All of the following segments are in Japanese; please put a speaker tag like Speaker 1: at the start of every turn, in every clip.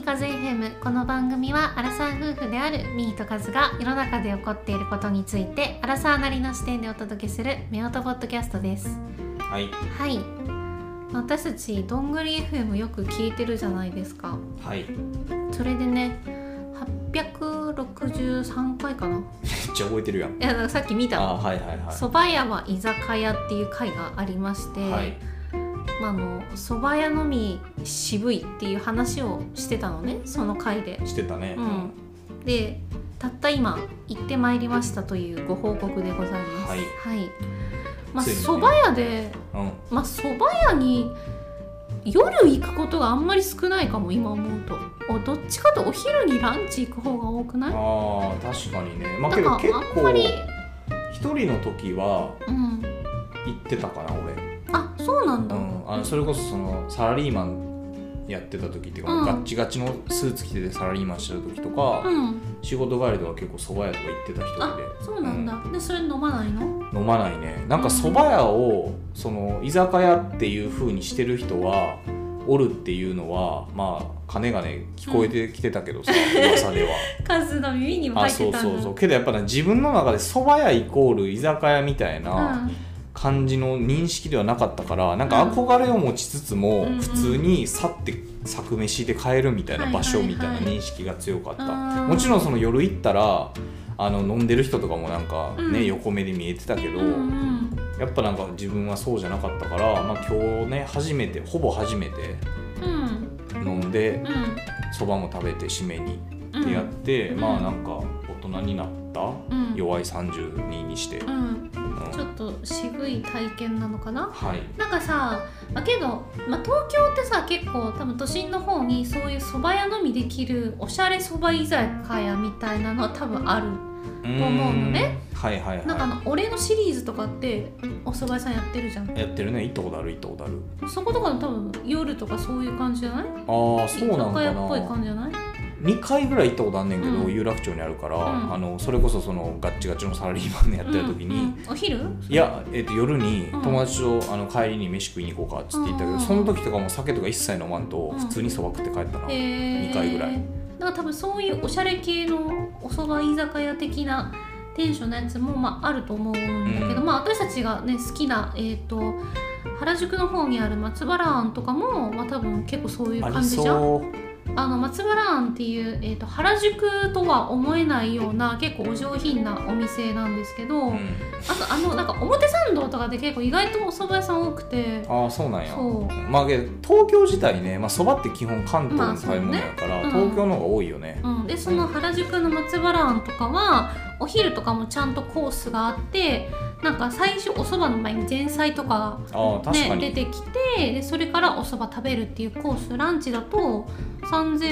Speaker 1: ムこの番組はアラサー夫婦であるミーとカズが世の中で起こっていることについてアラサーなりの視点でお届けする夫婦ポッドキャストです
Speaker 2: はい
Speaker 1: はい私たちどんぐり FM よく聞いてるじゃないですか
Speaker 2: はい
Speaker 1: それでね863回かない
Speaker 2: めっちゃ覚えてるやん
Speaker 1: やだからさっき見た
Speaker 2: あ
Speaker 1: の
Speaker 2: はいはいは
Speaker 1: そば屋は居酒屋っていう回がありまして、
Speaker 2: いはい
Speaker 1: まあ、あの蕎麦屋のみ渋いっていう話をしてたのねその回で。
Speaker 2: してたね
Speaker 1: うん、でたった今行ってまいりましたというご報告でございます。
Speaker 2: はい
Speaker 1: まあ
Speaker 2: ついにね
Speaker 1: 蕎麦屋で
Speaker 2: うん、
Speaker 1: まあ蕎麦屋に夜行くことがあんまり少ないかも今思うとおどっちかとお昼にランチ行く方が多くない
Speaker 2: あー確かにねまあ
Speaker 1: だ
Speaker 2: け
Speaker 1: か
Speaker 2: ど
Speaker 1: ら
Speaker 2: 結
Speaker 1: あん
Speaker 2: 構
Speaker 1: まり、
Speaker 2: 一人の時は
Speaker 1: うん、
Speaker 2: 行ってたかな俺、
Speaker 1: あそうなんだ、
Speaker 2: うん、あのそれこそそのサラリーマンやってた時っていうか、
Speaker 1: うん
Speaker 2: ガッチガチのスーツ着ててサラリーマンしてた時とか、
Speaker 1: うん、
Speaker 2: 仕事帰りとか結構蕎麦屋とか行ってた
Speaker 1: あ
Speaker 2: 人で
Speaker 1: そうなんだ、でそれ飲まないの
Speaker 2: 飲まないねなんか蕎麦屋をその居酒屋っていう風にしてる人はおるっていうのはまあかねがね聞こえてきてたけどさ、噂では
Speaker 1: カズの耳にも
Speaker 2: あ
Speaker 1: 入っ
Speaker 2: そ
Speaker 1: て
Speaker 2: う
Speaker 1: たんだ
Speaker 2: そうそうけどやっぱね自分の中で蕎麦屋イコール居酒屋みたいな感じの認識ではなかったからなんか憧れを持ちつつも、
Speaker 1: うん
Speaker 2: 普通に去って作飯で帰るみたいな場所みたいな
Speaker 1: はいはいはい
Speaker 2: 認識が強かった、
Speaker 1: あー
Speaker 2: もちろんその夜行ったらあの飲んでる人とかもなんかね、
Speaker 1: うん
Speaker 2: 横目で見えてたけど、
Speaker 1: うんうん
Speaker 2: やっぱなんか自分はそうじゃなかったから、まあ、今日ね初めてほぼ初めて
Speaker 1: うん
Speaker 2: 飲んで
Speaker 1: うん
Speaker 2: そばも食べて締めに
Speaker 1: うん
Speaker 2: ってやって、
Speaker 1: うん
Speaker 2: まあなんか大人になった、
Speaker 1: うん
Speaker 2: 弱い32にして、うん
Speaker 1: うんちょっと渋い体験なのかな
Speaker 2: はい
Speaker 1: なんかさまあけど、まあ、東京ってさ結構多分都心の方にそういうそば屋のみできるおしゃれそば居酒屋みたいなのは多分ある
Speaker 2: うーん
Speaker 1: 思うのね
Speaker 2: はいはいはい
Speaker 1: なんかあの俺のシリーズとかってお蕎麦屋さんやってるじゃん
Speaker 2: やってるね行ったことある行ったことある
Speaker 1: そことかの多分夜とかそういう感じじゃない
Speaker 2: ああそう
Speaker 1: 居
Speaker 2: なんか
Speaker 1: 酒屋っぽい感
Speaker 2: な
Speaker 1: じじゃない
Speaker 2: 2回ぐらい行ったことあんねんけど、
Speaker 1: うん
Speaker 2: 有楽町にあるから、
Speaker 1: うん
Speaker 2: あのそれこそそのガッチガチのサラリーマンでやってる時に、
Speaker 1: うんうんお昼
Speaker 2: いや、えっと夜に
Speaker 1: うん
Speaker 2: 友達と、あの帰りに飯食いに行こうかっつって言ったけど、
Speaker 1: うん
Speaker 2: その時とかも酒とか一切飲まんと
Speaker 1: うん
Speaker 2: 普通にそば食って帰ったな、
Speaker 1: 2
Speaker 2: 2回ぐらい
Speaker 1: なんか多分そういうおしゃれ系のお蕎麦居酒屋的なテンションのやつも、まあ、あると思うんだけど、
Speaker 2: うん
Speaker 1: まあ、私たちが、ね、好きな、えー、と原宿の方にある松原庵とかも、まあ、多分結構そういう
Speaker 2: あ
Speaker 1: 感
Speaker 2: り
Speaker 1: じじゃんあ
Speaker 2: そう
Speaker 1: の松原庵っていう、えー、と原宿とは思えないような結構お上品なお店なんですけど、
Speaker 2: うん、
Speaker 1: あとあのなんか表参道とかで結構意外とお蕎麦屋さん多くて。
Speaker 2: ああそうなんや
Speaker 1: そう
Speaker 2: まあけど東京自体ねまあそばって基本関東の買い物やから、
Speaker 1: まあそうねうん
Speaker 2: 東京の方が多いよね、
Speaker 1: うん、でその原宿の松原庵とかはお昼とかもちゃんとコースがあってなんか最初お蕎麦の前に前菜とか、
Speaker 2: ああ確
Speaker 1: ね、
Speaker 2: かに、
Speaker 1: 出てきてでそれからお蕎麦食べるっていうコースランチだと3,000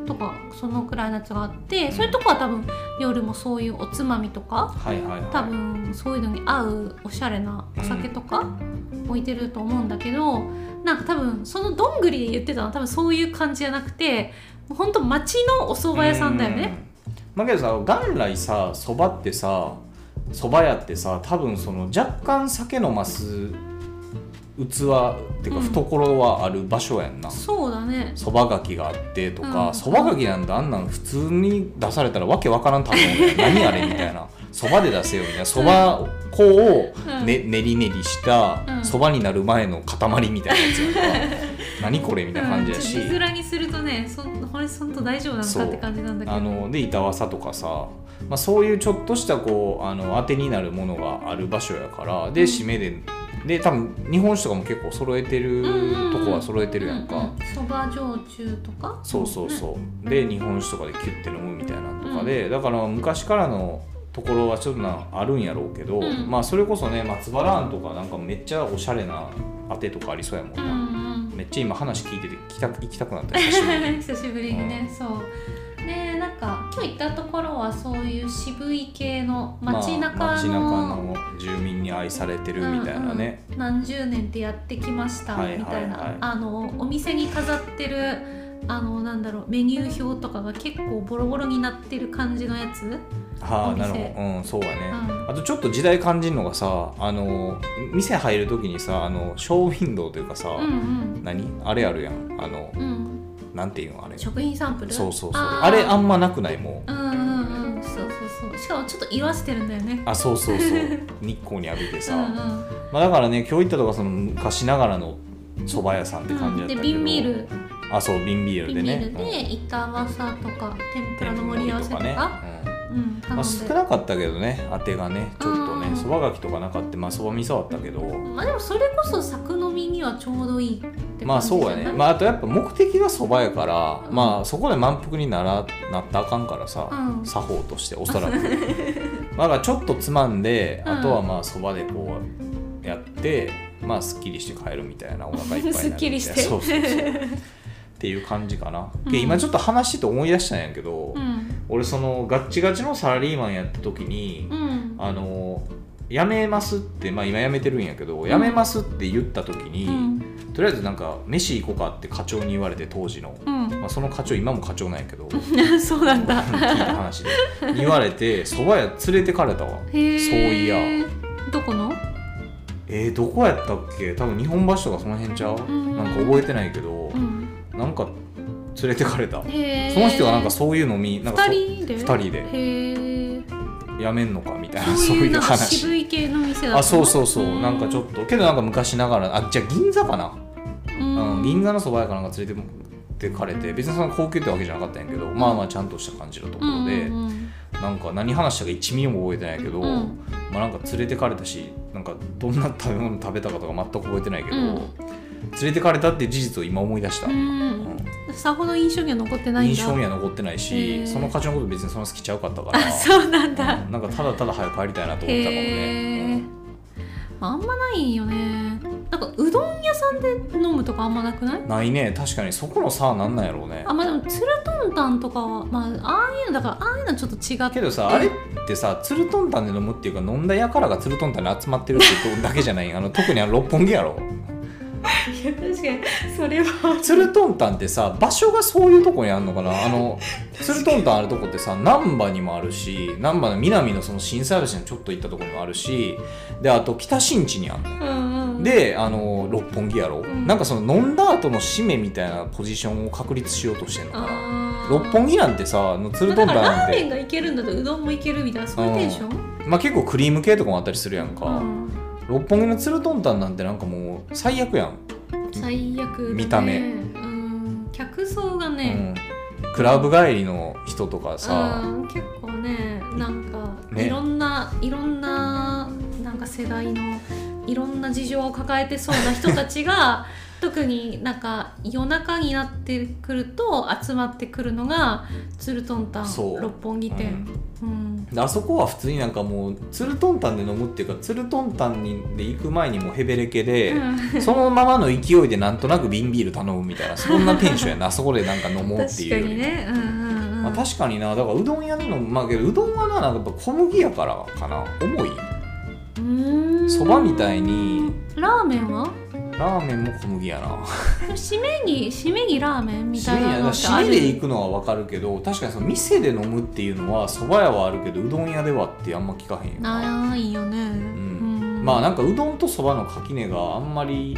Speaker 1: 円とかそのくらいのやつがあってそういうとこは多分夜もそういうおつまみとか
Speaker 2: はいはいはい
Speaker 1: 多分そういうのに合うおしゃれなお酒とか置いてると思うんだけど、なんか多分そのどんぐりで言ってたのは多分そういう感じじゃなくてもうほんと町のお蕎麦屋さんだよね。
Speaker 2: うん。まあけどさ元来さそばってさそば屋ってさ多分その若干酒の増す器ってい
Speaker 1: う
Speaker 2: うか
Speaker 1: ん
Speaker 2: 懐はある場所やんな。
Speaker 1: そうだね
Speaker 2: そばがきがあってと
Speaker 1: う
Speaker 2: か
Speaker 1: ん
Speaker 2: そば、がきなんてあんなん普通に出されたらわけわからん食べ物や何あれみた いなそばで出せよみたいなそば粉を、ね練り練りした
Speaker 1: うん
Speaker 2: そば、になる前の塊みたいなやつやか ら何これみたいな感じやし、
Speaker 1: うんちょっと字面にするとねそんこれそんと大丈夫なのかって感じなんだけど
Speaker 2: あので板わさとかさ、まあ、そういうちょっとしたこうあの当てになるものがある場所やからで
Speaker 1: うん
Speaker 2: 締めでで多分日本酒とかも結構揃えてるとこは揃えてるやんか、
Speaker 1: ううそば焼酎とか
Speaker 2: そうそう
Speaker 1: う
Speaker 2: そうで日本酒とかでキュッて飲むみたいなのとかで、だから昔からのところはちょっとなあるんやろうけ
Speaker 1: う
Speaker 2: ど、
Speaker 1: ん
Speaker 2: まあそれこそね松原庵とかなんかめっちゃおしゃれな当てとかありそうやもん
Speaker 1: う
Speaker 2: な、
Speaker 1: ん
Speaker 2: めっちゃ今話聞いてて行きた行きたくなった久しぶり
Speaker 1: うん久しぶりにね、そうでなんか今日行ったところはそういう渋い系の 街
Speaker 2: まあ
Speaker 1: 中
Speaker 2: 街
Speaker 1: の,、
Speaker 2: 中の住民に愛されてるみたいなね、
Speaker 1: うんうん何十年ってやってきました
Speaker 2: はいはい
Speaker 1: みたいな、
Speaker 2: はい
Speaker 1: あのお店に飾ってるあのなんだろうメニュー表とかが結構ボロボロになってる感じのやつお
Speaker 2: はあな
Speaker 1: 店
Speaker 2: るほどうんそうやね、
Speaker 1: うん
Speaker 2: あとちょっと時代感じるのがさあの店入る時にさあのショーウィンドウというかさ、
Speaker 1: うんうん
Speaker 2: 何あれあるやんあの
Speaker 1: うん
Speaker 2: なんていうのあれそう
Speaker 1: 食品サンプル
Speaker 2: そうそう
Speaker 1: あー
Speaker 2: あれあんまなくないもん
Speaker 1: うんうんうんそうそうそうしかもちょっと色あせてるんだよね
Speaker 2: あそうそう そう日光に浴びてさ、
Speaker 1: うん
Speaker 2: まあ、だからね今日行ったとかその昔ながらの蕎麦屋さんって
Speaker 1: うん
Speaker 2: 感じ
Speaker 1: う
Speaker 2: だ
Speaker 1: ん、
Speaker 2: っ
Speaker 1: で
Speaker 2: たけど、
Speaker 1: 瓶ビール
Speaker 2: あそう瓶ビール
Speaker 1: 瓶
Speaker 2: で
Speaker 1: ビ
Speaker 2: ね
Speaker 1: ールで板わさとか天ぷらの
Speaker 2: うん
Speaker 1: 盛り合わせとか
Speaker 2: ね、
Speaker 1: うん
Speaker 2: うん
Speaker 1: 頼
Speaker 2: まあ、
Speaker 1: ん
Speaker 2: 少
Speaker 1: で
Speaker 2: なかったけどね当てがねちょっと
Speaker 1: う
Speaker 2: ね
Speaker 1: ん
Speaker 2: そばがきとかなかったまあそば味噌あったけど
Speaker 1: まあでもそれこそ作飲みにはちょうどいいって感じじゃない
Speaker 2: まあそうやねまああとやっぱ目的がそばやから、
Speaker 1: うん
Speaker 2: まあそこで満腹にならなったらあかんからさ、
Speaker 1: うん
Speaker 2: 作法としておそらく まあだからちょっとつまんで、
Speaker 1: うん
Speaker 2: あとはまあそばでこうやってまあすっきりして帰るみたいなお腹いっぱいになるみたいな
Speaker 1: すっきりして
Speaker 2: そうそうそうっていう感じかな、
Speaker 1: うん
Speaker 2: で今ちょっと話してて思い出したんやけど、
Speaker 1: うん
Speaker 2: 俺そのガッチガチのサラリーマンやった時に、
Speaker 1: うん
Speaker 2: あの辞めますって、まあ、今辞めてるんやけど辞めますって言った時に、
Speaker 1: うん
Speaker 2: とりあえずなんか飯行こうかって課長に言われて当時の、
Speaker 1: うん
Speaker 2: まあ、その課長今も課長なんやけど聞い
Speaker 1: そうなんだ
Speaker 2: た話で言われてそば屋連れてかれたわ
Speaker 1: へ
Speaker 2: そう
Speaker 1: え
Speaker 2: いや
Speaker 1: どこの
Speaker 2: えー、どこやったっけ多分日本橋とかその辺ちゃう、
Speaker 1: ん
Speaker 2: なんか覚えてないけど
Speaker 1: う、ん
Speaker 2: なんか連れてかれた、
Speaker 1: へえ
Speaker 2: その人がなんかそういうのみなんかそ
Speaker 1: 二人で
Speaker 2: 二人で
Speaker 1: へえ
Speaker 2: やめんのかみたいな
Speaker 1: そ
Speaker 2: そうう
Speaker 1: い
Speaker 2: いうう
Speaker 1: なんか
Speaker 2: 話
Speaker 1: 渋い系の店だったの
Speaker 2: あそうそうそう、なんかちょ
Speaker 1: っ
Speaker 2: っとけどなんか昔ながらあじゃあ銀座かな、
Speaker 1: と、う
Speaker 2: うん
Speaker 1: ん
Speaker 2: 銀座のそば屋かなんか連れてってかれて別にその高級ってわけじゃなかったんやけど、まあまあちゃんとした感じのところで、
Speaker 1: うんうんうん
Speaker 2: なんか何話したか一ミリも覚えてないけ
Speaker 1: う
Speaker 2: ど、
Speaker 1: ん
Speaker 2: まあなんか連れてかれたしなんかどんな食べ物食べたかとか全く覚えてないけど、
Speaker 1: うん
Speaker 2: 連れてかれたっていう事実を今思い出した、
Speaker 1: う
Speaker 2: うん
Speaker 1: んさほど印象には残ってないんだ
Speaker 2: 印象には残ってない
Speaker 1: へー
Speaker 2: しその課長のこと別にそんな好きちゃうかったから
Speaker 1: あ そうなんだ、
Speaker 2: うんなんかただただ早く帰りたいなと思ったかも
Speaker 1: へえ
Speaker 2: ね、
Speaker 1: あんまないよねなんかうどん屋さんで飲むとかあんまなくない
Speaker 2: うんないね確かにそこの差はなんなんやろうね
Speaker 1: あまあでもツルトンタンとかはまあああいうのだからああいうのちょっと違 って
Speaker 2: けどさあれってさツルトンタンで飲むっていうか飲んだやからがツルトンタンに集まってるってことだけじゃないあの特にあの六本木やろ
Speaker 1: いや確かにそれは
Speaker 2: ツルトンタンってさ場所がそういうとこにあるのかなあの ツルトンタンあるとこってさ難波にもあるし難波の南のその震災橋のちょっと行ったとこにもあるしであと北新地にあるの
Speaker 1: うんうん
Speaker 2: であの六本木やろ、
Speaker 1: ん
Speaker 2: なんかその飲んだ後の締めみたいなポジションを確立しようとしてんのかな
Speaker 1: あー
Speaker 2: 六本木なんてさあのツ
Speaker 1: ま
Speaker 2: ルト
Speaker 1: あ
Speaker 2: ン
Speaker 1: だから
Speaker 2: タン
Speaker 1: ラ
Speaker 2: っ
Speaker 1: ーメン
Speaker 2: て、
Speaker 1: がいけるんだとうどんもいけるみたいなそういうテンション
Speaker 2: まあ、結構クリーム系とかもあったりするやんか、
Speaker 1: うん
Speaker 2: 六本木のツルトンタンなんてなんかもう最悪やん、
Speaker 1: 最悪だね
Speaker 2: 見た目
Speaker 1: うん客層がね、
Speaker 2: うん、クラブ帰りの人とか
Speaker 1: う
Speaker 2: さ、
Speaker 1: ん結構ねなんか、
Speaker 2: ね
Speaker 1: いろんないろんななんか世代のいろんな事情を抱えてそうな人たち が特になんか夜中になってくると集まってくるのがツルトンタン
Speaker 2: そう
Speaker 1: 六本木店、うん
Speaker 2: であそこは普通になんかもうツルトンタンで飲むっていうかツルトンタンにで行く前にもうヘベレケで、そのままの勢いでなんとなく瓶ビール頼むみたいなそんなテンションやなそこでなんか飲もうって
Speaker 1: 確
Speaker 2: い
Speaker 1: か
Speaker 2: うよ
Speaker 1: に
Speaker 2: り
Speaker 1: ね、うんうんうん
Speaker 2: まあ、確かになだからうどん屋でのまあけどうどんはななんかやっぱ小麦やからかな重いそばみたいに
Speaker 1: ラーメンは
Speaker 2: ラーメンも小麦やな
Speaker 1: 締めに締めにラーメンみたいなのってあ
Speaker 2: 締
Speaker 1: る
Speaker 2: めで行くのは分かるけど確かにその店で飲むっていうのはそば屋はあるけどうどん屋ではってあんま聞かへんよな
Speaker 1: ないよね、
Speaker 2: ん
Speaker 1: うん
Speaker 2: まあなんかうどんとそばの垣根があんまり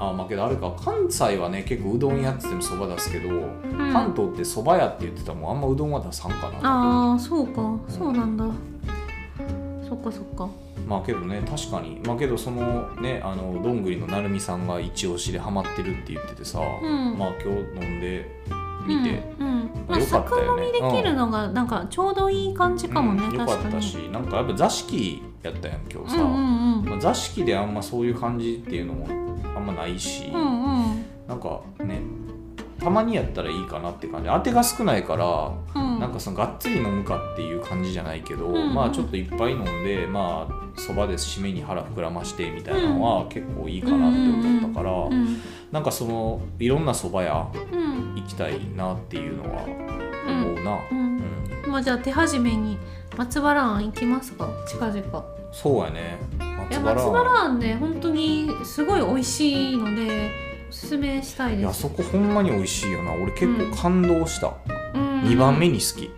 Speaker 2: あまあけどあれか関西はね結構うどん屋って言ってもそば出すけど、
Speaker 1: うん
Speaker 2: 関東ってそば屋って言ってたらもうあんまうどんは出さんかな
Speaker 1: ああそうかそうなんだそっかそっか
Speaker 2: まあけどね確かにまあけどそのねあのどんぐりのなるみさんが一押しでハマってるって言っててさ、
Speaker 1: ん
Speaker 2: まあ今日飲んでみて、
Speaker 1: うん、うんまあ、
Speaker 2: よかった
Speaker 1: 作
Speaker 2: よ
Speaker 1: 飲
Speaker 2: ね
Speaker 1: みできるのがなんかちょうどいい感じかもね、
Speaker 2: うん、よ
Speaker 1: 確
Speaker 2: か
Speaker 1: か
Speaker 2: っ
Speaker 1: に
Speaker 2: たしなんかやっぱ座敷やったやん今日
Speaker 1: う
Speaker 2: さ、
Speaker 1: んうんうん
Speaker 2: まあ、座敷であんまそういう感じっていうのもあんまないし、
Speaker 1: うんうん
Speaker 2: なんかねたまにやったらいいかなって感じ当てが少ないから、
Speaker 1: うん
Speaker 2: なんかそのがっつり飲むかっていう感じじゃないけど、
Speaker 1: んうん
Speaker 2: まあちょっといっぱい飲んでまあそばで締めに腹膨らましてみたいなのは結構いいかなって思ったから、
Speaker 1: うん
Speaker 2: なんかそのいろんなそば屋
Speaker 1: うん
Speaker 2: 行きたいなっていうのは
Speaker 1: うん
Speaker 2: 思うな、
Speaker 1: う
Speaker 2: うん
Speaker 1: んまあじゃあ手始めに松原庵行きますか近々
Speaker 2: そうやね
Speaker 1: い
Speaker 2: 松
Speaker 1: や
Speaker 2: 原
Speaker 1: 松原庵ね本当にすごい美味しいのでおすすめしたい
Speaker 2: い
Speaker 1: で
Speaker 2: や
Speaker 1: す
Speaker 2: そこほんまに美味しいよな俺結構感動した、
Speaker 1: うん
Speaker 2: 2番目に好き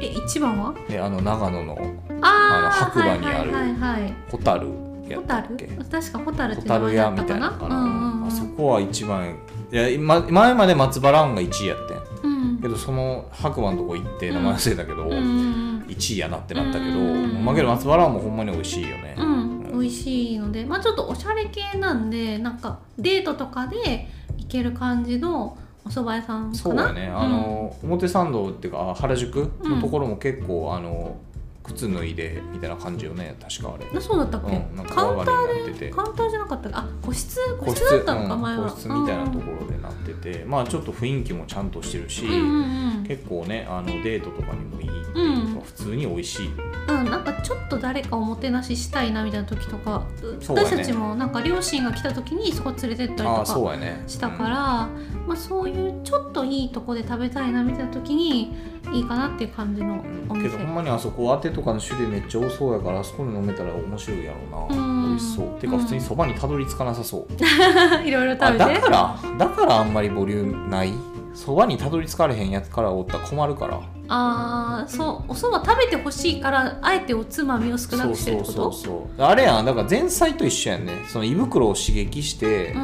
Speaker 1: え一番は
Speaker 2: であの長野のあの
Speaker 1: ああ
Speaker 2: 白馬にある
Speaker 1: はいはいはい、はい
Speaker 2: ホタルや
Speaker 1: ホ
Speaker 2: った
Speaker 1: タ
Speaker 2: っ
Speaker 1: ル
Speaker 2: け
Speaker 1: 確かホタルっ
Speaker 2: ホ
Speaker 1: て
Speaker 2: タ
Speaker 1: 名
Speaker 2: ル
Speaker 1: 前
Speaker 2: 屋
Speaker 1: だっ
Speaker 2: み
Speaker 1: た
Speaker 2: た
Speaker 1: か
Speaker 2: い
Speaker 1: な
Speaker 2: なのか
Speaker 1: うんうん
Speaker 2: な
Speaker 1: うん
Speaker 2: あそこは一番いやま前まで松原庵が1位やってん
Speaker 1: うん
Speaker 2: けどその白馬のとこ行って
Speaker 1: うん
Speaker 2: 名前忘れたけど、
Speaker 1: うん
Speaker 2: 1位やなってなったけど、
Speaker 1: うん
Speaker 2: まあけど松原庵もほんまに美味しいよね、
Speaker 1: うん、美味しいので、まあ、ちょっとおしゃれ系なんでなんかデートとかで行ける感じのお蕎麦屋さん
Speaker 2: そ
Speaker 1: か
Speaker 2: う
Speaker 1: な
Speaker 2: だねあの、表参道っていうかあ原宿のところも結構、あの靴脱いでみたいな感じよね確かあれ
Speaker 1: うん、そうだったっけ、
Speaker 2: うんなんか
Speaker 1: カウンタ
Speaker 2: 輪張りになっ
Speaker 1: ー
Speaker 2: てて
Speaker 1: でカウンターじゃなかったっけあ個室個
Speaker 2: 個
Speaker 1: 室
Speaker 2: 室
Speaker 1: だったのか、
Speaker 2: うん
Speaker 1: 前は
Speaker 2: 個室みたいなところでなってて、まあちょっと雰囲気もちゃんとしてるし、
Speaker 1: うんうんうん
Speaker 2: 結構ねあのデートとかにもいいっていうか、普通に美味しい
Speaker 1: うん、なんかちょっと誰かおもてなししたいなみたいな時とか、
Speaker 2: そうだね
Speaker 1: 私たちもなんか両親が来た時にそこ連れてったり
Speaker 2: あ
Speaker 1: と
Speaker 2: あそう
Speaker 1: か
Speaker 2: やね
Speaker 1: したから、まあ、そういうちょっといいとこで食べたいなみたいな時にいいかなっていう感じの
Speaker 2: うん
Speaker 1: お
Speaker 2: け
Speaker 1: 店
Speaker 2: どほんまにあそこ当てとかの種類めっちゃ多そうやからあそこで飲めたら面白いやろうな、
Speaker 1: うん
Speaker 2: 美味しそうてか
Speaker 1: うん
Speaker 2: 普通にそばにたどり着かな さそう、
Speaker 1: いろいろ食
Speaker 2: あ
Speaker 1: べて
Speaker 2: だからだからあんまりボリュームないそばにたどり着かれへんやつからおったら困るから
Speaker 1: ああそうおそば食べてほしいからあえておつまみを少な
Speaker 2: そ
Speaker 1: く
Speaker 2: う
Speaker 1: してるっ
Speaker 2: そ
Speaker 1: て
Speaker 2: う
Speaker 1: こ
Speaker 2: そう
Speaker 1: と
Speaker 2: そうあれやんだから前菜と一緒やんねその胃袋を刺激して、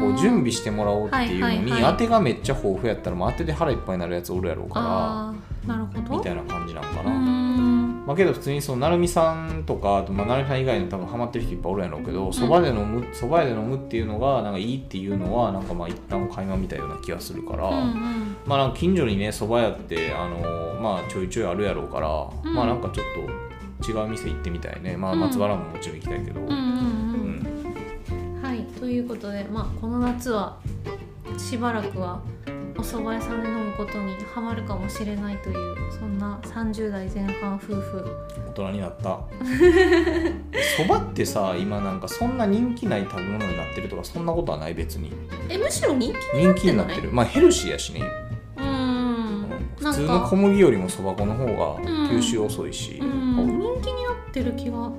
Speaker 2: こう
Speaker 1: う
Speaker 2: 準備してもらおうっていうの
Speaker 1: は
Speaker 2: に、
Speaker 1: いはいはい
Speaker 2: 当てがめっちゃ豊富やったらもう当てで腹いっぱいになるやつおるやろうか
Speaker 1: ああーなるほ
Speaker 2: ら
Speaker 1: ど
Speaker 2: みたいな感じなんか
Speaker 1: うー
Speaker 2: な、
Speaker 1: ん
Speaker 2: まあ、けど普通にその成美さんとかあとまあ成美さん以外の多分ハマってる人いっぱいおるやろうけどそば、で飲むそば屋で飲むっていうのがなんかいいっていうのはなんかまあ一旦垣間見たような気がするから、
Speaker 1: うんうん
Speaker 2: まあなんか近所にねそば屋ってあのまあちょいちょいあるやろうから、
Speaker 1: うん
Speaker 2: まあなんかちょっと違う店行ってみたいねまあ松原ももちろん行きたいけど、
Speaker 1: うんうん
Speaker 2: う
Speaker 1: うん
Speaker 2: ん
Speaker 1: はい、ということで、まあ、この夏はしばらくはお蕎麦屋さんで飲むことにハマるかもしれないというそんな30代前半夫婦
Speaker 2: 大人になった そばってさ今なんかそんな人気ない食べ物になってるとかそんなことはない別に
Speaker 1: えむしろ人気
Speaker 2: 人気になってるまあヘルシーやしね
Speaker 1: うーん
Speaker 2: 普
Speaker 1: なん
Speaker 2: 通の小
Speaker 1: か
Speaker 2: 麦よりもそば粉の方が
Speaker 1: ん
Speaker 2: 吸収遅いし、
Speaker 1: う
Speaker 2: うんん
Speaker 1: 人気になってる気がま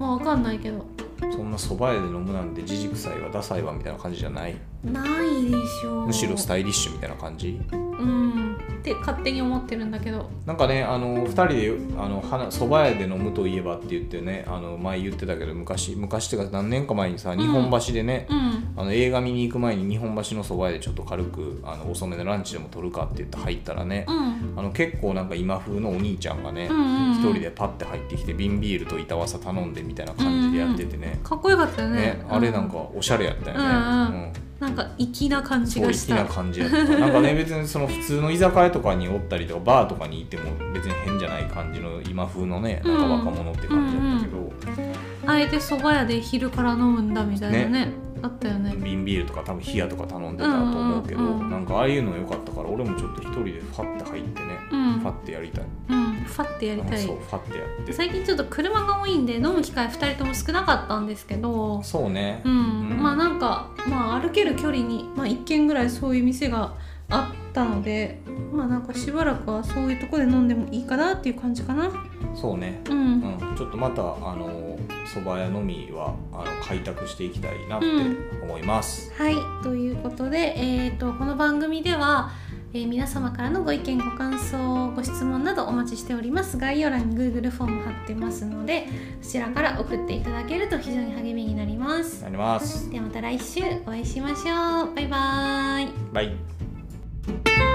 Speaker 1: あ分かんないけど
Speaker 2: そんなそば屋で飲むなんてじじくさいはダサいわみたいな感じじゃない
Speaker 1: ないでしょう
Speaker 2: むしろスタイリッシュみたいな感じ
Speaker 1: うんって勝手に思ってるんだけど
Speaker 2: なんかねあの2人であの花そば屋で飲むといえばって言ってねあの前言ってたけど昔昔っていうか何年か前にさ日本橋でね、
Speaker 1: うん
Speaker 2: あの映画見に行く前に日本橋のそば屋でちょっと軽くあの遅めのランチでも取るかって言って入ったらね、
Speaker 1: うん
Speaker 2: あの結構なんか今風のお兄ちゃんがね、
Speaker 1: うんうんうん
Speaker 2: 一人でパッて入ってきて瓶ビールと板わさ頼んでみたいな感じでやっててね,、
Speaker 1: かっこよかったよね
Speaker 2: ね
Speaker 1: う
Speaker 2: あれなんかおしゃれやったよね、
Speaker 1: うんうん
Speaker 2: うん
Speaker 1: なんか粋な感じ
Speaker 2: そう
Speaker 1: が
Speaker 2: 粋
Speaker 1: した
Speaker 2: な感じやったなんかね別にその普通の居酒屋とかにおったりとかバーとかにいても別に変じゃない感じの今風のねなんか若者って感じやったけど、
Speaker 1: あえて蕎麦屋で昼から飲むんだみたいなねあったよね
Speaker 2: 瓶ビールとか多分冷やとか頼んでたと思うけど、
Speaker 1: うんうんうん
Speaker 2: なんかああいうの良かったから俺もちょっと一人でファッて入ってね、
Speaker 1: うん
Speaker 2: ファッてやりたい
Speaker 1: うんファッてやりたい
Speaker 2: そうファッてやって
Speaker 1: 最近ちょっと車が多いんで飲む機会2人とも少なかったんですけど
Speaker 2: そうね
Speaker 1: うん、
Speaker 2: うん
Speaker 1: まあなんか、まあ、歩ける距離に、まあ、1軒ぐらいそういう店があったのでまあなんかしばらくはそういうとこで飲んでもいいかなっていう感じかな
Speaker 2: そうね
Speaker 1: うん、
Speaker 2: うん、ちょっとまたあの蕎麦屋のみはあの開拓していきたいなって
Speaker 1: う
Speaker 2: 思います、
Speaker 1: はいということで、えー、とこの番組では、えー皆様からのご意見ご感想ご質問などお待ちしております概要欄に Google フォーム貼ってますのでそちらから送っていただけると非常に励みになります
Speaker 2: なります
Speaker 1: ではまた来週お会いしましょうバイバーイ
Speaker 2: バイ